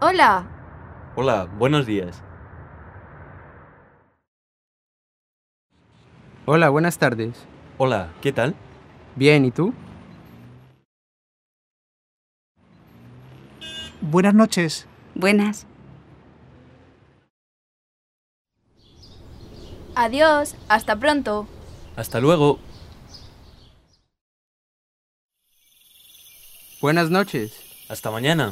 Hola. Hola, buenos días. Hola, buenas tardes. Hola, ¿qué tal? Bien, ¿y tú? Buenas noches. Buenas. Adiós. Hasta pronto. Hasta luego. Buenas noches. Hasta mañana.